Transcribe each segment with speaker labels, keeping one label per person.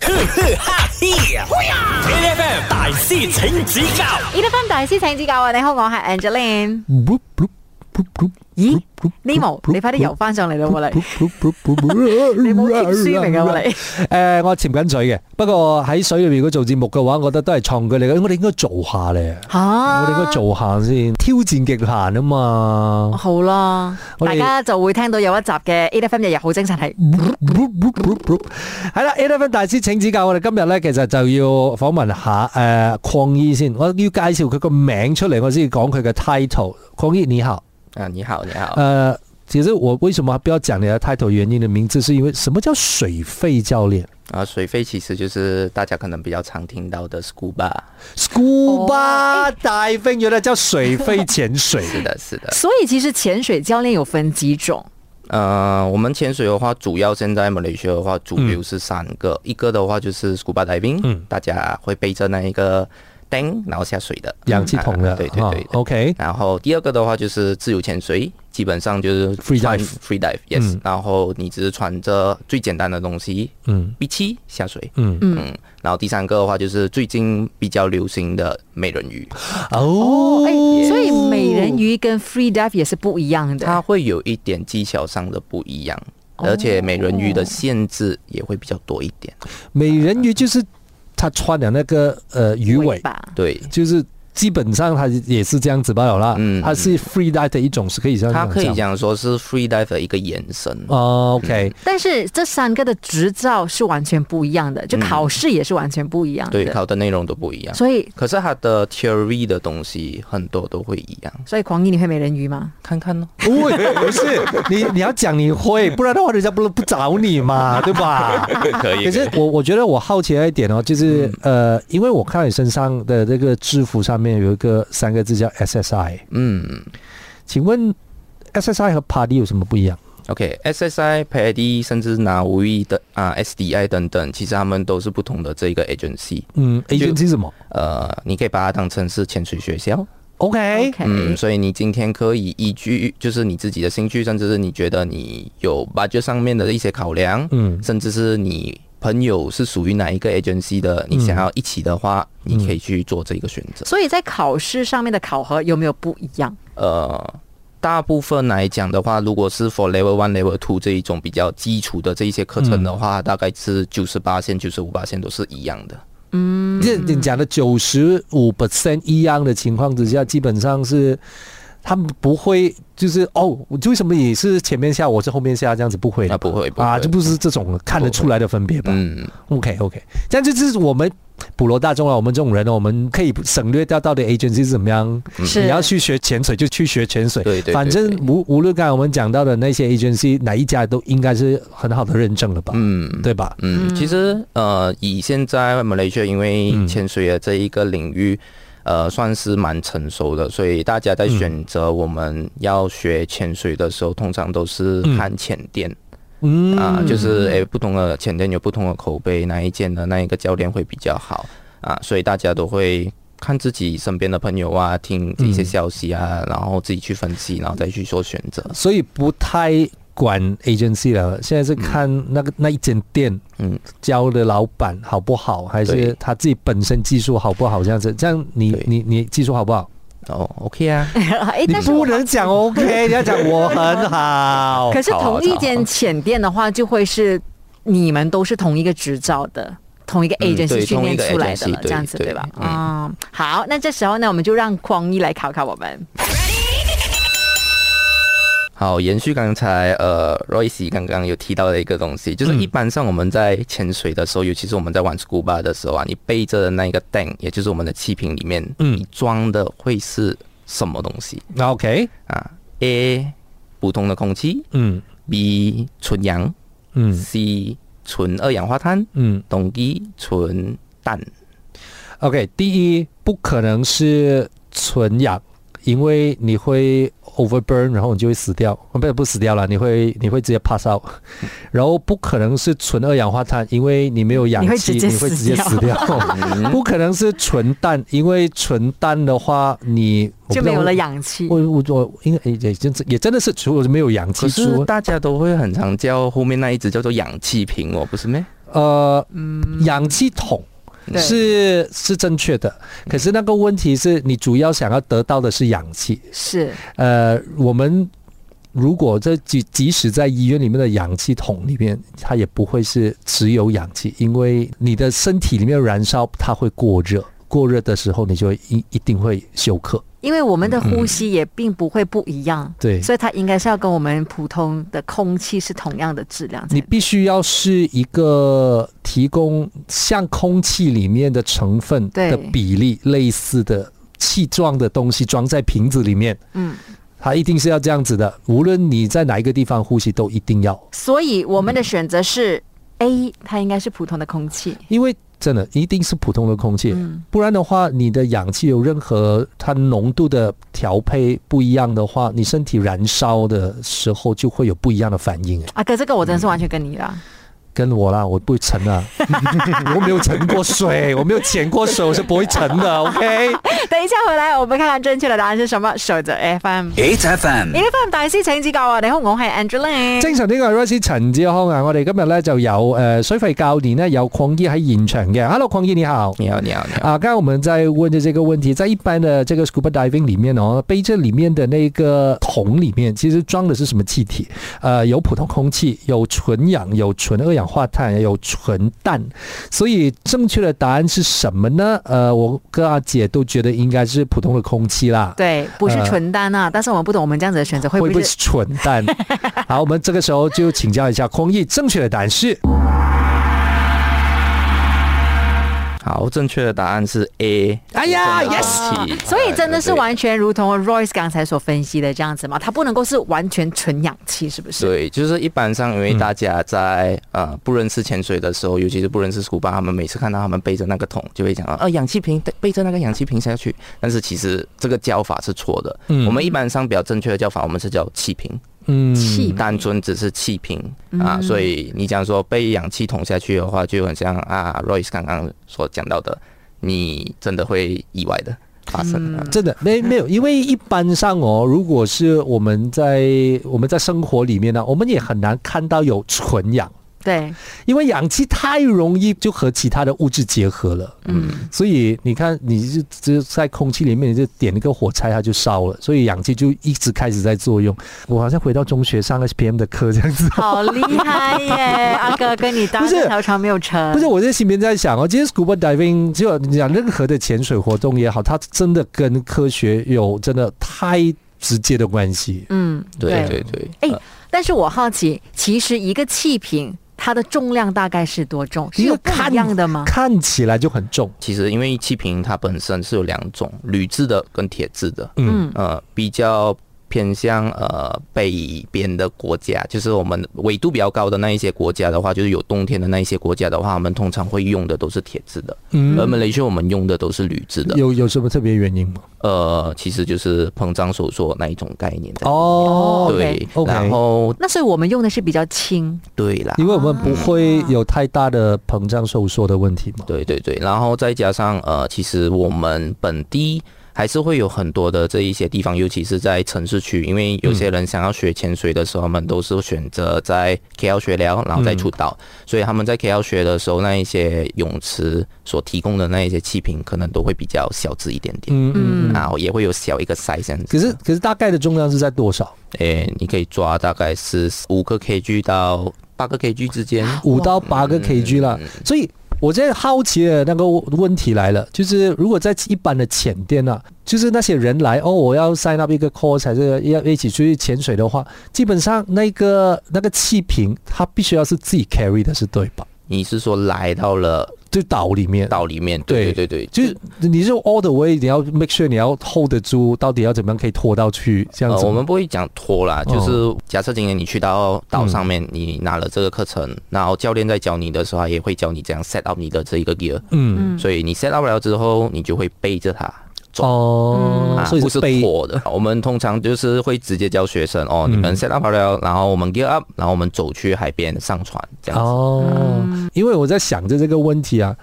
Speaker 1: 哈嘿，A.F.M. 大師請指教
Speaker 2: 伊德芬大師請指教啊！你好，我係 Angeline。咦
Speaker 3: 咦
Speaker 2: 呢毛你快啲游翻上嚟啦喎你
Speaker 3: 你
Speaker 2: 你冇
Speaker 3: 哎
Speaker 2: 貼書明啊喎你
Speaker 3: 誒，我潛緊水嘅，不過喺水裏面如果做節目嘅話，我覺得都係創舉嚟嘅。我哋應該做下咧，
Speaker 2: 嚇！
Speaker 3: 我哋應該做下先，挑戰極限啊嘛。
Speaker 2: 好啦，
Speaker 3: 我
Speaker 2: 大
Speaker 3: 哋嗯
Speaker 2: 家就會聽到有一集嘅 A. F. M. 日日好精神係
Speaker 3: 係啦 e l e p h a n 大師請指教。我哋今日咧其實就要訪問下誒邝醫先，我要介紹佢個名出嚟，我先講佢嘅 title。邝醫你好。
Speaker 4: 啊，你好，你好。
Speaker 3: 呃，其实我为什么不要讲你的 title 原因的名字，是因为什么叫水肺教练
Speaker 4: 啊，水肺其实就是大家可能比较常听到的 scuba，
Speaker 3: ？Scuba diving 原来叫水肺潜水，
Speaker 4: 是的，是的。
Speaker 2: 所以其實潛水教練有分幾種，
Speaker 4: 呃，我们潜水的话，主要现在马来西亚的话，主流是三个，一个的话就是 scuba diving，、
Speaker 3: 嗯
Speaker 4: 大家会背着那一个 tank 然后下水的
Speaker 3: 氧气筒的，
Speaker 4: 啊对对对
Speaker 3: 哈 OK，
Speaker 4: 然后第二个的话就是自由潜水，基本上就是
Speaker 3: Free
Speaker 4: 穿
Speaker 3: dive
Speaker 4: free dive，yes，、
Speaker 3: 嗯
Speaker 4: 然后你只是穿着最简单的东西，
Speaker 3: 嗯
Speaker 4: 鼻气下水。
Speaker 3: 嗯，
Speaker 4: 嗯，然后第三个的话就是最近比较流行的美人鱼，
Speaker 3: 哦
Speaker 2: 哎，所以美人鱼跟 free dive 也是不一樣的。
Speaker 4: 它会有一点技巧上的不一样，
Speaker 3: 哦
Speaker 4: 而且美人鱼的限制也会比较多一点。
Speaker 3: 美人鱼就是他穿的那个呃鱼尾，
Speaker 2: 吧，
Speaker 4: 对，
Speaker 3: 就是。基本上它也是这样子罢了啦，
Speaker 4: 嗯
Speaker 3: 它是 free dive 的一种，是可以这样
Speaker 4: 它
Speaker 3: 讲。
Speaker 4: 可以讲说是 free dive 的一个延伸。
Speaker 3: 哦，OK，
Speaker 2: 但是这三个的执照是完全不一樣的，
Speaker 3: 嗯
Speaker 2: 就考试也是完全不一樣
Speaker 4: 对，
Speaker 2: 的。
Speaker 4: 考的内容都不一样，
Speaker 2: 所以
Speaker 4: 可是它的 theory 的东西很多都会一样。
Speaker 2: 所以狂毅你會美人魚嗎？
Speaker 4: 看看咯，
Speaker 3: 喂，不哦是你你要讲你会，不然的话人家不不找你嘛，对吧？
Speaker 4: 可
Speaker 3: 啊可是我我觉得我好奇的一点哦，就是、
Speaker 4: 嗯
Speaker 3: 呃，因为我看到你身上的这个制服上面有一个三个字叫 SSI，
Speaker 4: 嗯
Speaker 3: 请问 SSI 和 Party 有什么不一样？
Speaker 4: ，OK，SSI、PAD 甚至 n a w i 的啊、SDI 等等，其实他们都是不同的这个 agency。
Speaker 3: 嗯，agent 是什么
Speaker 4: 呃，你可以把它当成是潜水学校，
Speaker 3: ？OK，,
Speaker 2: OK
Speaker 4: 嗯，所以你今天可以依据就是你自己的兴趣，甚至是你觉得你有 budget 上面的一些考量，
Speaker 3: 嗯
Speaker 4: 甚至是你朋友是属于哪一个
Speaker 3: 嗯
Speaker 4: agency 的，你想要一起的话，你可以去做这个选择。
Speaker 2: 所以在考试上面的考核有没有不一样？
Speaker 3: 嗯
Speaker 4: 呃，大部分来讲的话，如果是 for level one、level two 这一种比较基础的这一些课程的
Speaker 3: 嗯
Speaker 4: 话，大概是九十八线、九十五八线都是一样的。
Speaker 3: 这你讲的九十五 percent 一样的情况之下，基本上是他们不会就是哦，为什么你是前面下，我是后面下这样子不会的
Speaker 4: 啊不会不
Speaker 3: 啊，
Speaker 4: 会
Speaker 3: 就不是这种看得出来的分别吧？
Speaker 4: 嗯，
Speaker 3: OK OK，这样就是我们普罗大众啊，我们这种人呢，我们可以省略掉到底 agency 是怎么样。
Speaker 2: 是
Speaker 3: 你要去学潜水就去学潜水，
Speaker 4: 对对对
Speaker 3: 反正无无论刚才我们讲到的那些 agency 哪一家都应该是很好的认证了吧？
Speaker 4: 嗯。
Speaker 3: 对吧？
Speaker 4: 嗯，其实呃，以现在马来西亚因为潜水的这一个领域，呃，算是蛮成熟的，所以大家在选择我们要学潜水的时候，通常都是看潜店
Speaker 3: 嗯
Speaker 4: 啊、就是诶，不同的潜店有不同的口碑，哪一间的那一个教练会比较好啊，所以大家都会。看自己身边的朋友啊，听一
Speaker 3: 嗯
Speaker 4: 些消息啊，然后自己去分析，然后再去做选择。
Speaker 3: 所以不太管 agency 了，现在是看那个那一间店，嗯
Speaker 4: 嗯，
Speaker 3: 教的老板好不好，还是
Speaker 4: 对
Speaker 3: 他自己本身技术好不好这样子？这样你
Speaker 4: 对
Speaker 3: 你你技术好不好？
Speaker 4: 哦，OK 啊，
Speaker 2: 哎、
Speaker 3: 你
Speaker 2: 但是
Speaker 3: 不
Speaker 2: 我
Speaker 3: 能讲 OK，你要讲我很好。
Speaker 2: 可是同一间浅店的话，就会是你们都是同一个执照的。同一个
Speaker 4: 嗯
Speaker 2: agency
Speaker 4: 对
Speaker 2: 训练
Speaker 4: 同一个
Speaker 2: 出来的了
Speaker 4: agency，，
Speaker 2: 这样子
Speaker 4: 对
Speaker 2: 对吧？
Speaker 4: 对
Speaker 2: 嗯，好，那这时候呢，我们就让匡一来考考我们。
Speaker 4: 好，延续刚才呃，Royce 刚刚有提到的一个东西，就是一般上我们在潜水的时候，尤其是我们在玩 scuba 的时候啊，你背着的那一个 tank，也就是我们的气瓶里面，
Speaker 3: 嗯
Speaker 4: 你装的会是什么东西
Speaker 3: OK，
Speaker 4: 啊？A 普通的空气
Speaker 3: 嗯
Speaker 4: ，B 纯氧
Speaker 3: 嗯
Speaker 4: ，C 纯二氧化碳，
Speaker 3: 嗯
Speaker 4: 懂 D 纯氮。
Speaker 3: ，OK，第一不可能是纯氧，因为你会 overburn，然后你就会死掉，哦不不死掉了，你会你会直接 pass out，然 后不可能是纯二氧化碳，因为你没有氧
Speaker 2: 你会
Speaker 3: 气，
Speaker 2: 直接
Speaker 3: 你会直接死
Speaker 2: 死
Speaker 3: 掉。
Speaker 4: 嗯
Speaker 3: 不可能是纯氮，因为纯氮的话，你我不
Speaker 2: 就
Speaker 3: 知道
Speaker 2: 没有了氧气
Speaker 3: 我我我应该也也真也真的是，除了没有氧气
Speaker 4: 可
Speaker 3: 之
Speaker 4: 是
Speaker 3: 外，
Speaker 4: 大家都会很常叫后面那一只叫做氧气瓶哦，不是咩？
Speaker 3: 呃，
Speaker 2: 嗯
Speaker 3: 氧气筒
Speaker 2: 对
Speaker 3: 是是正确的，可是那个问题是你主要想要得到的是氧气。
Speaker 2: 是
Speaker 3: 呃，我们如果这即即使在医院里面的氧气桶里面，它也不会是只有氧气，因为你的身体里面燃烧，它会过热，过热的时候你就会一一定会休克。
Speaker 2: 因为我们的呼吸也并不会不一样，
Speaker 3: 对
Speaker 2: 所以它应该是要跟我们普通的空气是同样的质量才
Speaker 3: 你必须要是一个提供像空气里面的成分
Speaker 2: 对
Speaker 3: 的比例类似的气状的东西装在瓶子里面，
Speaker 2: 嗯，
Speaker 3: 它一定是要这样子的。无论你在哪一个地方呼吸，都一定要，
Speaker 2: 所以我们的选择
Speaker 3: 嗯
Speaker 2: 是 A，它应该是普通的空气。
Speaker 3: 因为真的一定是普通的空气，
Speaker 2: 嗯
Speaker 3: 不然的话，你的氧气有任何它浓度的调配不一样的话，你身体燃烧的时候就会有不一样的反应。哎
Speaker 2: 啊，可这个我真的是完全跟你啦。
Speaker 3: 跟我啦，我不会沉啊，我没有沉过水，我没有潜过水，我是不会沉的。OK，
Speaker 2: 等一下回来，我们看看正确的答案是什么。守着 FM。
Speaker 1: 8FM
Speaker 2: FM 大師請指教啊！你好，我係 Angeline。
Speaker 3: 精神呢個係 Rice 陳志康啊，我哋今日咧就有誒、呃水肺教練咧有邝醫喺現場嘅。Hello，邝醫你好。
Speaker 4: 你好，你好，你好。
Speaker 3: 啊，刚刚我们在问的这个问题，在一般的这个 scuba diving 里面哦，杯这里面的那个桶里面，其实装的是什么气体？呃，有普通空气，有纯氧，有纯二氧化碳，有纯氮。所以正确的答案是什么呢？呃，我跟阿姐都觉得应该是普通的空气啦。
Speaker 2: 對，不是纯单啊，但是我们不懂我们这样子的选择会不
Speaker 3: 呃会
Speaker 2: 会
Speaker 3: 不
Speaker 2: 是
Speaker 3: 会是蠢蛋？好，我们这个时候就请教一下空毅，正确的答案是
Speaker 4: 好，正确的答案是 A。
Speaker 3: 哎呀
Speaker 4: 是正确的
Speaker 3: yes
Speaker 4: 气
Speaker 2: 所以真的是
Speaker 4: 对
Speaker 2: 完全如同 Royce 刚才所分析的这样子嘛，它不能够是完全纯氧气，是不是？
Speaker 4: 对，就是一般上，因为大家在、呃不认识潜水的时候，尤其是不认识 scuba，他们每次看到他们背着那个桶，就会讲啊，呃氧气瓶背着那个氧气瓶下去。但是其实这个叫法是错的。
Speaker 3: 嗯
Speaker 4: 我们一般上比较正确的叫法，我们是叫气瓶，
Speaker 3: 嗯，
Speaker 2: 气嘛
Speaker 4: 单纯只是气瓶啊。所以你讲说背氧气桶下去的话，就很像啊，Royce 刚刚所讲到的，你真的会意外的发生。
Speaker 2: 嗯
Speaker 4: 啊
Speaker 3: 真的没没有，因为一般上哦，如果是我们在我们在生活里面呢，我们也很难看到有纯氧，
Speaker 2: 对，
Speaker 3: 因为氧气太容易就和其他的物质结合了。
Speaker 2: 嗯，
Speaker 3: 所以你看，你就就在空气里面，你就点一个火柴，它就烧了，所以氧气就一直开始在作用。我好像回到中学上 SPM 的课这样子。
Speaker 2: 好厉害耶！阿哥跟你搭
Speaker 3: 不是
Speaker 2: 这条船没有成，
Speaker 3: 不是，我在心里面在想哦，其实 scuba diving 就你讲任何的潜水活动也好，它真的跟科学有真的太直接的关系。
Speaker 2: 嗯，
Speaker 4: 对对对，
Speaker 2: 哎、
Speaker 3: 呃
Speaker 2: 但是我好奇，其实一个气瓶它的重量大概是多重？是
Speaker 3: 因
Speaker 2: 有
Speaker 3: 为
Speaker 2: 不
Speaker 3: 看
Speaker 2: 一样的吗？
Speaker 3: 看起来就很重。
Speaker 4: 其实因为气瓶它本身是有两种，铝制的跟铁制的。
Speaker 2: 嗯，
Speaker 4: 呃，比较偏向呃北边的国家，就是我们纬度比较高的那一些国家的话，就是有冬天的那一些国家的话，我们通常会用的都是铁质的，
Speaker 3: 嗯
Speaker 4: 而马来西亚我们用的都是铝制的。
Speaker 3: 有有什么特别原因吗？
Speaker 4: 呃，其实就是膨胀收缩那一种概念在。
Speaker 3: 哦
Speaker 4: 对
Speaker 3: OK
Speaker 4: 然后
Speaker 2: 那所以我们用的是比较轻，
Speaker 4: 对啦，
Speaker 3: 因为我们不会有太大的膨胀收缩的问题嘛。
Speaker 4: 对对对，然后再加上呃，其实我们本地还是会有很多的这一些地方，尤其是在城市区，因为有些人想要学潜水的时候，他们都是选择在 KL 学疗，然后再出
Speaker 3: 嗯
Speaker 4: 岛，所以他们在 KL 学的时候，那一些泳池所提供的那一些气瓶，可能都会比较小只一点点。
Speaker 3: 嗯嗯。
Speaker 2: 嗯，
Speaker 4: 啊，也会有小一个 size 这样子
Speaker 3: 可是可是大概的重量是在多少？
Speaker 4: 诶，你可以抓大概是五个 kg 到八个 kg 之间。
Speaker 3: 五到八个 kg 啦。所以我现在好奇的那个问题来了，就是如果在一般的浅店啊，就是那些人来哦，我要 sign up 一个 course 还是要一起出去潜水的话，基本上那个那个气瓶它必须要是自己 carry 的，是对吧？
Speaker 4: 你是说来到了
Speaker 3: 就岛里面，
Speaker 4: 岛里面？
Speaker 3: 对
Speaker 4: 对对对对，
Speaker 3: 就是你是 all the way，你要 make sure 你要 hold 得住，到底要怎么样可以拖到去这样
Speaker 4: 呃，
Speaker 3: 子吗。
Speaker 4: 我们不会讲拖啦，
Speaker 3: 哦
Speaker 4: 就是假设今天你去到岛上面，你拿了这个课程，然后教练在教你的时候，他也会教你怎样 set up 你的这一个 gear，
Speaker 3: 嗯
Speaker 4: 所以你 set up 了之后，你就会背着它。走
Speaker 3: 哦
Speaker 4: 啊，，
Speaker 3: 所以
Speaker 4: 不是
Speaker 3: 是背哦
Speaker 4: 拖的。我们通常就是会直接教学生哦，你们 set up 了，然后我们 gear up，然后我们走去海边上船这样子。
Speaker 3: 哦，
Speaker 2: 嗯
Speaker 3: 因啊为我在想着这个问题啊，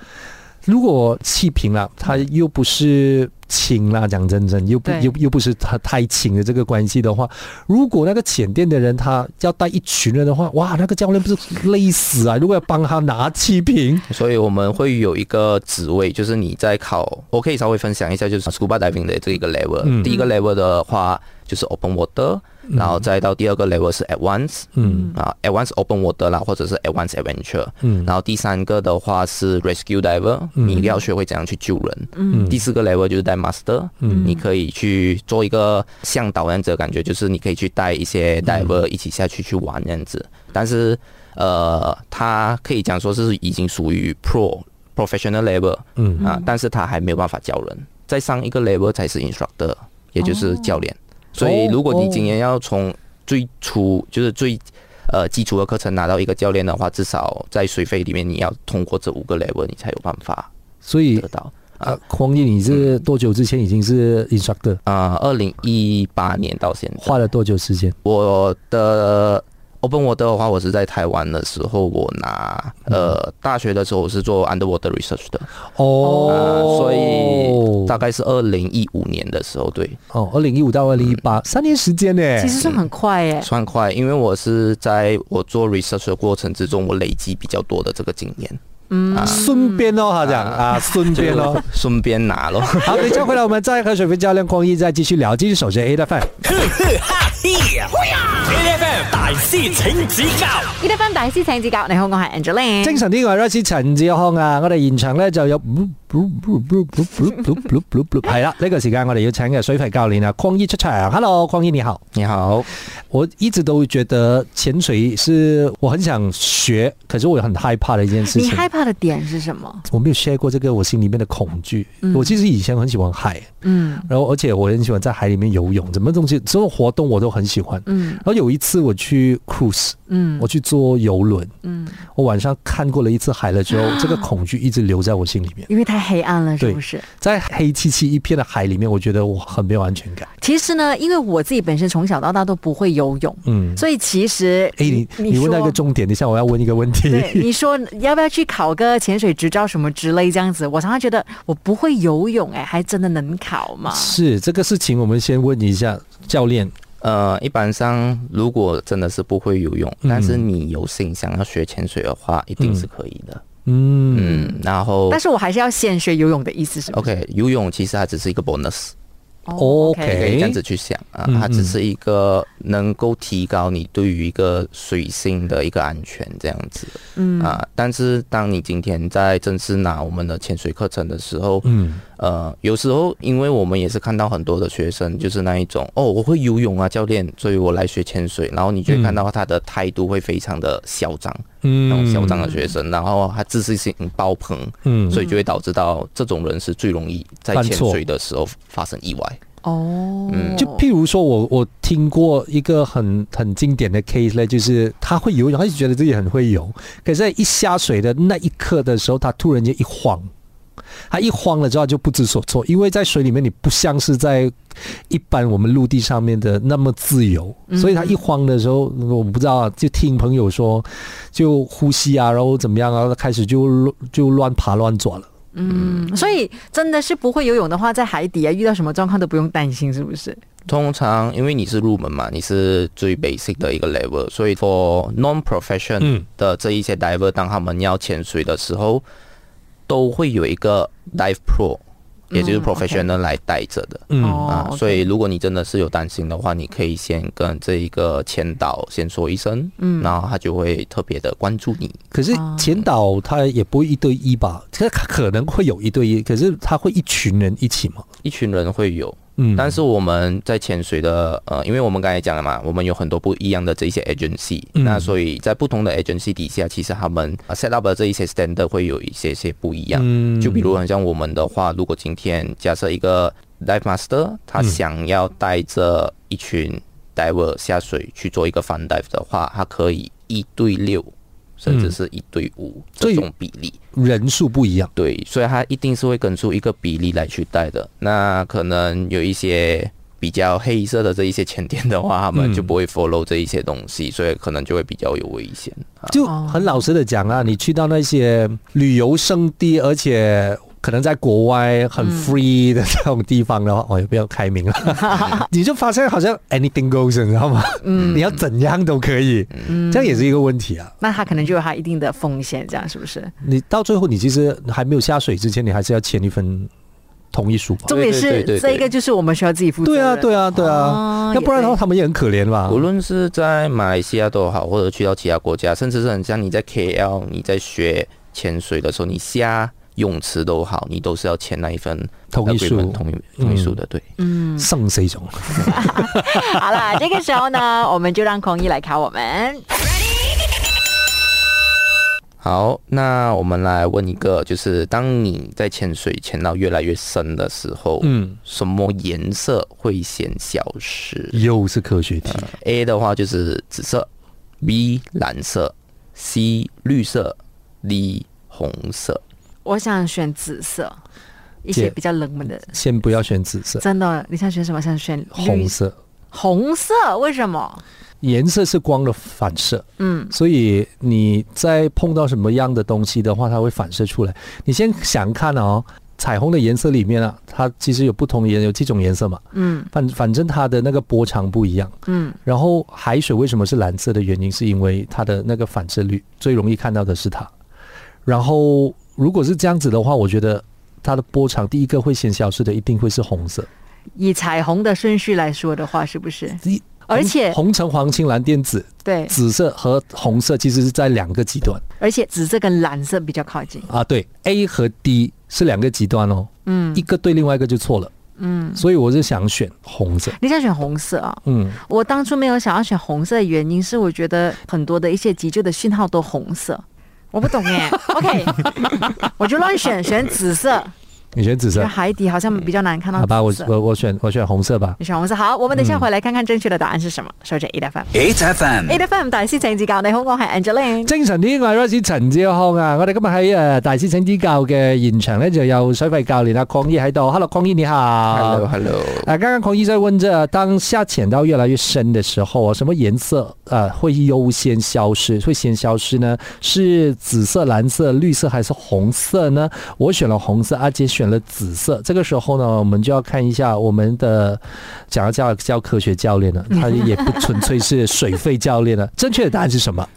Speaker 3: 如果气瓶啦，它又不是亲啦，讲真真又不
Speaker 2: 对
Speaker 3: 又又不是他太亲的这个关系的话，如果那个潜店的人他要带一群人的话，哇，那个教练不是累死啊！如果要帮他拿气瓶，
Speaker 4: 所以我们会有一个职位，就是你在考，我可以稍微分享一下，就是 scuba diving 的这一个
Speaker 3: 嗯
Speaker 4: level。第一个 level 的话就是 open water，、然
Speaker 3: 嗯
Speaker 4: 后再到第二个 level 是 advanced，嗯啊，advanced open water 啦，或者是 advanced adventure，嗯，然后第三个的话是 rescue diver，、你要学会怎样去救人，嗯，第四个 level 就是带 master，嗯，你可以去做一个向导这样子的感觉，就是你可以去带一些 diver 一起下去去玩这样子，但是。呃，它可以讲说是已经属于 pro professional level，嗯啊，但是他还没有办法教人，再上一个 level 才是 instructor，也就是教练。所以如果你今年要从最初就是最呃基础的课程拿到一个教练的话，至少在水费里面你要通过这五个 level，你才有办法
Speaker 3: 所以
Speaker 4: 得到。
Speaker 3: 啊，匡毅，你是多久之前已经是 instructor？
Speaker 4: 啊、2二零一八年到现在，
Speaker 3: 花了多久时间？
Speaker 4: 我的呃 Open Water 的话，我是在台湾的时候，我拿呃大学的时候我是做 Underwater Research 的，
Speaker 3: 哦，
Speaker 4: 呃，所以大概是二零一五年的时候，对，
Speaker 3: 哦，二零一五到二零一八，三年时间呢。
Speaker 2: 其实算很快耶。
Speaker 4: 算快，因为我是在我做 research 的过程之中，我累积比较多的这个经验，
Speaker 3: 顺便哦，他讲啊，顺便 哦。
Speaker 4: 顺便拿咯。
Speaker 3: 好，等一下回来，我们再和水飞教练匡毅再继续聊，继续守着 A 的饭。
Speaker 1: 哈嘿呀！A F M 大师请指教
Speaker 2: 一得分大師請指教，你好，我係 Angeline。
Speaker 3: 精神啲嘅 r i c 陳志康啊，我哋現場咧就有 係啦，呢個時間我哋要請嘅水肺教練啊，匡一出場。Hello，匡一你好。
Speaker 4: 你好，
Speaker 3: 我一直都覺得潛水是我很想學，可是我很害怕的一件事
Speaker 2: 你
Speaker 3: 情。
Speaker 2: 害怕的點是什麼？
Speaker 3: 我没有 share 过这个我心里面的恐惧。我其实以前很喜欢海，
Speaker 2: 嗯
Speaker 3: 然后而且我很喜欢在海里面游泳，什么东西，所有活动我都很喜欢。
Speaker 2: 嗯
Speaker 3: 然后有一次我去 cruise，
Speaker 2: 嗯
Speaker 3: 我去坐游轮，
Speaker 2: 嗯，
Speaker 3: 我晚上看过了一次海了之后，
Speaker 2: 啊
Speaker 3: 这个恐惧一直留在我心里面。
Speaker 2: 因為太黑暗了，是
Speaker 3: 对
Speaker 2: 不是？
Speaker 3: 在黑漆漆一片的海里面，我觉得我很没有安全感。
Speaker 2: 其實呢，因為我自己本身從小到大都不會游泳，
Speaker 3: 嗯，
Speaker 2: 所以其實
Speaker 3: 哎，你你
Speaker 2: 說
Speaker 3: 问到一个重点，等一下我要问一个问
Speaker 2: 对，
Speaker 3: 题。
Speaker 2: 你说要不要去考个潜水执照什么之类这样子？我常常觉得我不会游泳、哎，还真的能考
Speaker 4: 啊
Speaker 2: 吗？
Speaker 3: 是这个事情，我们先问一下教练。
Speaker 4: 呃，一般上如果真的是不会游泳，但是你有心想要学潜水的话，一定是可以的。
Speaker 3: 嗯，
Speaker 4: 嗯，然后
Speaker 2: 但是我还是要先学游泳的意思是不是
Speaker 4: OK，游泳其实它只是一个 bonus，
Speaker 2: 哦
Speaker 3: OK
Speaker 4: 可以这样子去想啊，
Speaker 3: 嗯
Speaker 4: 它只是一个能够提高你对于一个水性的一个安全这样子。嗯啊，但是当你今天在正式拿我们的潜水课程的时候，
Speaker 3: 嗯，
Speaker 4: 呃，有时候因为我们也是看到很多的学生，就是那一种哦，我会游泳啊，教练，所以我来学潜水，然后你就会看到他的态度会非常的嚣张，
Speaker 3: 嗯
Speaker 4: 那种嚣张的学生，然后他自信心爆棚，
Speaker 3: 嗯
Speaker 4: 所以就会导致到这种人是最容易在
Speaker 3: 犯
Speaker 4: 潜
Speaker 3: 错
Speaker 4: 水的时候发生意外。
Speaker 2: 哦，
Speaker 4: 嗯
Speaker 3: 就譬如说我我听过一个很很经典的 case 呢，就是他会游泳，他就觉得自己很会游，可是在一下水的那一刻的时候，他突然间一慌，他一慌了之后就不知所措，因为在水里面你不像是在一般我们陆地上面的那么自由，所以他一慌的时候，我不知道啊，就听朋友说，就呼吸啊，然后怎么样啊，开始就乱就乱爬乱抓了。
Speaker 2: 嗯，所以真的是不会游泳的话，在海底啊遇到什么状况都不用担心，是不是？
Speaker 4: 通常因为你是入门嘛，你是最 basic 的一个 level，所以 for non
Speaker 3: 嗯
Speaker 4: profession 的这一些 diver，、当他们要潜水的时候，都会有一个 dive pro，也就是 professional 来带着的。
Speaker 3: 嗯
Speaker 2: 哦
Speaker 4: 啊，
Speaker 2: OK
Speaker 4: 所以如果你真的是有担心的话，你可以先跟这一个前导先说一声，嗯，然后他就会特别的关注你。
Speaker 3: 可是前导他也不会一对一吧？可他可能会有一对一，可是他会一群人一起嘛？
Speaker 4: 一群人会有，
Speaker 3: 嗯
Speaker 4: 但是我们在潜水的呃，因为我们刚才讲了嘛，我们有很多不一样的这一些 agency，、
Speaker 3: 嗯
Speaker 4: 那所以在不同的 agency 底下，其实他们呃 set up 的这一些 standard 会有一些些不一样。
Speaker 3: 嗯
Speaker 4: 就比如很像我们的话，如果今天假设一个 dive
Speaker 3: 嗯
Speaker 4: master 他想要带着一群 diver 下水去做一个 fun dive 的话，他可以一对六，甚至是一对五、
Speaker 3: 所
Speaker 4: 这
Speaker 3: 以
Speaker 4: 种比例。
Speaker 3: 人数不一样，
Speaker 4: 对，所以它一定是会跟出一个比例来去带的。那可能有一些比较黑色的这一些前店的话，他们
Speaker 3: 嗯
Speaker 4: 就不会 follow 这一些东西，所以可能就会比较有危险。
Speaker 3: 就很老实的讲啊，你去到那些旅游胜地，而且可能在国外很 free 的这种地方的话，我哦也不要开明了，你就发现好像 anything goes，你知道吗？你要怎样都可以，这样也是一个问题啊。
Speaker 2: 那它可能就有它一定的风险，这样是不是？
Speaker 4: 嗯
Speaker 3: 你到最后，你其实还没有下水之前，你还是要签一份同意书吧。
Speaker 2: 重点是
Speaker 4: 对对
Speaker 2: 这一个就是我们需要自己负责
Speaker 3: 对啊，
Speaker 2: 任。
Speaker 3: 对啊，对啊
Speaker 2: 哦，
Speaker 3: 要不然的话，
Speaker 2: 也对
Speaker 3: 他们也很可怜吧
Speaker 4: 无。论是在马来西亚都好，或者去到其他国家，甚至是很像你在 KL 你在学潜水的时候，你下泳池都好，你都是要签那一份
Speaker 3: 同意书
Speaker 4: agreement，同意同意书的，对。
Speaker 2: 嗯，
Speaker 3: 剩谁种？
Speaker 2: 好啦， 这个时候呢，我们就让孔毅来考我们。
Speaker 4: 好，那我们来问一个，就是当你在潜水潜到越来越深的时候，
Speaker 3: 嗯，
Speaker 4: 什么颜色会先消失
Speaker 3: 又是科学题。
Speaker 4: ？A 的话就是紫色，B 蓝色，C 绿色，D 红色。
Speaker 2: 我想选紫色，一些
Speaker 3: 姐
Speaker 2: 比较冷门的。
Speaker 3: 先不要选紫色，
Speaker 2: 真的，你想选什么？想选绿
Speaker 3: 红。色。
Speaker 2: 红色为什么？
Speaker 3: 颜色是光的反射，
Speaker 2: 嗯，
Speaker 3: 所以你在碰到什么样的东西的话，它会反射出来。你先想看哦，彩虹的颜色里面啊，它其实有不同的颜，有几种颜色嘛。
Speaker 2: 嗯
Speaker 3: 反反正它的那个波长不一样。
Speaker 2: 嗯
Speaker 3: 然后海水为什么是蓝色的原因，是因为它的那个反射率最容易看到的是它。然后如果是这样子的话，我觉得它的波长第一个会先消失的，一定会是红色。
Speaker 2: 以彩虹的顺序来说的话，是不是？
Speaker 3: 一
Speaker 2: 而且
Speaker 3: 红红橙黄青蓝靛紫，
Speaker 2: 对，
Speaker 3: 紫色和红色其实是在两个极端
Speaker 2: 而且紫色跟蓝色比较靠近。
Speaker 3: 啊。对，A 和 D 是两个极端哦，
Speaker 2: 嗯
Speaker 3: 一个对，另外一个就错了。
Speaker 2: 嗯，
Speaker 3: 所以我是想选红色。
Speaker 2: 你想选红色啊、
Speaker 3: 嗯，
Speaker 2: 我当初没有想要选红色的原因是，我觉得很多的一些急救的讯号都红色，我不懂 哎。OK，我就乱选，选紫色，
Speaker 3: 你选紫
Speaker 2: 因
Speaker 3: 色
Speaker 2: 为，海底好像比较难看到
Speaker 3: 好吧，我
Speaker 2: 紫色
Speaker 3: 我我选我选红色吧。
Speaker 2: 你选红色。好，我们等一下回来看看正确的答案是什么。收着 A F M。
Speaker 1: 8FM
Speaker 2: A F M 大師請指教，你好，我係 Angeline。
Speaker 3: 精神啲，我系 Rosie 陳志康啊！我哋今日喺诶大師請指教嘅現場咧，就有水肺教練阿邝醫喺度。Hello，邝醫你好。
Speaker 4: Hello，Hello，、
Speaker 3: 啊，刚刚邝醫在問这，當下潛到越來越深的時候啊，什麼顏色呃會優先消失？會先消失呢？是紫色、藍色、綠色還是紅色呢？我選了紅色，阿杰選了紫色。这个時候呢，我們就要看一下我們的想要叫叫科學教練了，他也不純粹是水肺教練了。正確的答案是什麼？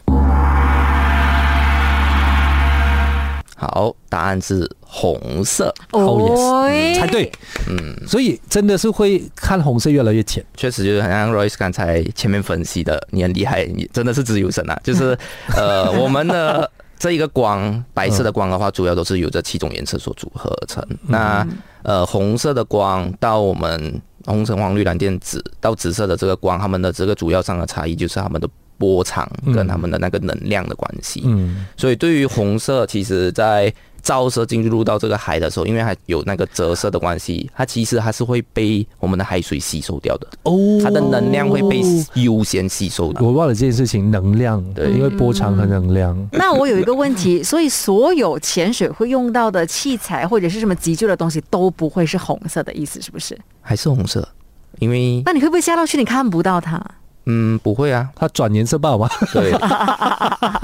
Speaker 4: 好，答案是红色，
Speaker 3: Oh, yes.
Speaker 2: 哎
Speaker 3: 才对，嗯，所以真的是会看红色越来越浅，
Speaker 4: 确实就是很像 Royce 刚才前面分析的，你很厉害，你真的是自由神啊！就是呃，我们的这一个光，白色的光的话，主要都是由这七种颜色所组合而成。那呃，红色的光到我们红橙黄绿蓝靛紫到紫色的这个光，它们的这个主要上的差异就是它们的波长跟它们的那个能量的关系。
Speaker 3: 嗯，
Speaker 4: 所以对于红色，其实在照射进入到这个海的时候，因为它有那个折射的关系，它其实它是会被我们的海水吸收掉的，
Speaker 3: 哦
Speaker 4: 它的能量会被优先吸收的。
Speaker 3: 我忘了这件事情，能量，
Speaker 4: 对
Speaker 3: 因为波长和能量，
Speaker 2: 那我有一个问 题，所以所有潜水会用到的器材或者是什么急救的东西都不会是红色的意思，是不是？
Speaker 4: 还是红色，因为
Speaker 2: 那你会不会下到去你看不到它？
Speaker 4: 嗯不会啊，
Speaker 3: 它转颜色吧，好吗？
Speaker 4: 对，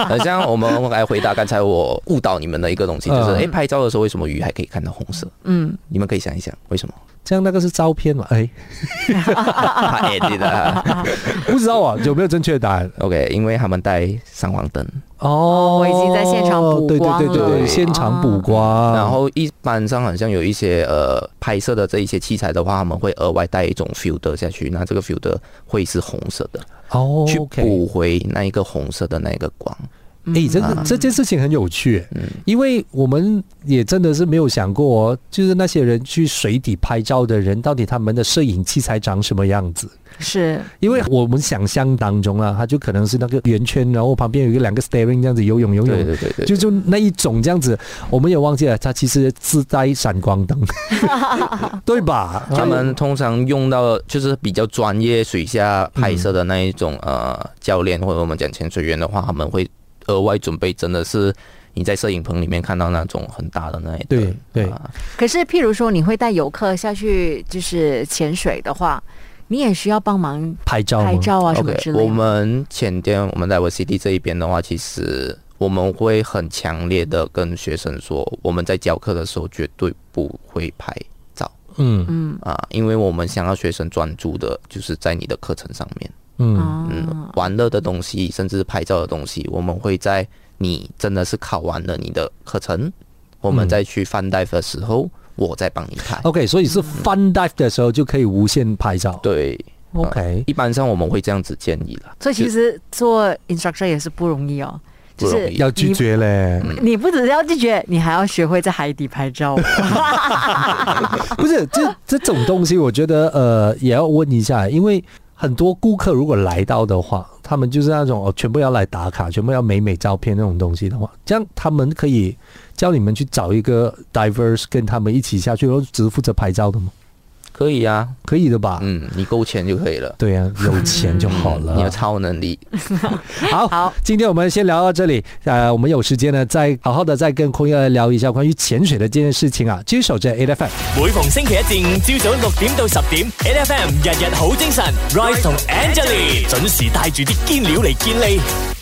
Speaker 4: 很像我们来回答刚才我误导你们的一个东西，就是
Speaker 3: 嗯
Speaker 4: 哎、诶拍照的时候为什么鱼还可以看到红色？
Speaker 2: 嗯，
Speaker 4: 你们可以想一想为什么？
Speaker 3: 这样那个是照片嘛？哎，
Speaker 4: 怕 edit 啊
Speaker 3: 不知道啊，有没有正确答案？
Speaker 4: ，OK，因为他们带闪光灯。
Speaker 3: 哦，
Speaker 2: 我已经在现场补
Speaker 3: 对
Speaker 2: 光哦
Speaker 3: 对对对对，
Speaker 4: 了
Speaker 3: 现场补光，
Speaker 4: 然后一般上好像有一些呃拍摄的这一些器材的话，他们会额外带一种 filter 下去，那这个 filter 会是红色的，
Speaker 3: 哦
Speaker 4: 去
Speaker 3: ，OK，
Speaker 4: 补回那一个红色的那一个光。
Speaker 3: 哎，这
Speaker 2: 嗯
Speaker 3: 个这件事情很有趣，因为我们也真的是没有想过哦，就是那些人去水底拍照的人，到底他们的摄影器材长什么样子？
Speaker 2: 是
Speaker 3: 因为我们想象当中啊，它就可能是那个圆圈，然后旁边有一个两个 staring 这样子游泳游泳，
Speaker 4: 对对对对，
Speaker 3: 就就那一种这样子，我们也忘记了，它其实自带闪光灯，对吧？
Speaker 4: 他们通常用到就是比较专业水下拍摄的那一种、
Speaker 3: 嗯
Speaker 4: 呃教练或者我们讲潜水员的话，他们会额外准备，真的是你在摄影棚里面看到那种很大的那一
Speaker 3: 对
Speaker 4: 灯
Speaker 3: 对
Speaker 4: 啊
Speaker 2: 可是，譬如说你会带游客下去就是潜水的话，你也需要帮忙
Speaker 3: 拍照吗
Speaker 2: 拍照啊什么
Speaker 4: OK，
Speaker 2: 之类的。
Speaker 4: 我们前天我们在 v c d 这一边的话，其实我们会很强烈的跟学生说，我们在教课的时候绝对不会拍照
Speaker 3: 嗯嗯
Speaker 2: 嗯
Speaker 4: 啊，因为我们想要学生专注的就是在你的课程上面。
Speaker 3: 嗯
Speaker 2: 哦
Speaker 4: 嗯，玩乐的东西，甚至拍照的东西，我们会在你真的是考完了你的课程，我们再去 fun dive 的时候，我再帮你拍。
Speaker 2: 嗯
Speaker 3: ，OK，所以是 fun dive 的时候就可以无限拍照。
Speaker 4: 对，
Speaker 3: ，OK，
Speaker 4: 一般上我们会这样子建议了。
Speaker 2: 所以其实做 instructor 也是不容易哦，就
Speaker 4: 不容
Speaker 2: 是
Speaker 4: 易嗯
Speaker 3: 要拒绝嘞。
Speaker 2: 你不只是要拒绝，你还要学会在海底拍照。
Speaker 3: 不是这这种东西，我觉得呃也要问一下，因为很多顾客如果来到的话，他们就是那种哦，全部要来打卡，全部要美美照片那种东西的话，这样他们可以教你们去找一个 divers 跟他们一起下去，然后只负责拍照的吗？
Speaker 4: 可以啊，
Speaker 3: 可以的吧？
Speaker 4: 嗯，你够钱就可以了。嗯
Speaker 3: 对呀、有钱就好
Speaker 4: 你有
Speaker 3: 了。
Speaker 4: 超能力，
Speaker 3: 好，
Speaker 2: 好
Speaker 3: 今天我们先聊到这里。呃，我们有时间呢，再好好的再跟空月聊一下关于潜水的这件事情啊。继续守着 A F M。
Speaker 1: 每逢星期一至五朝早六點到十點，N F M 日日好精神，Rise 同 Angelie 準時帶住啲堅料嚟健利。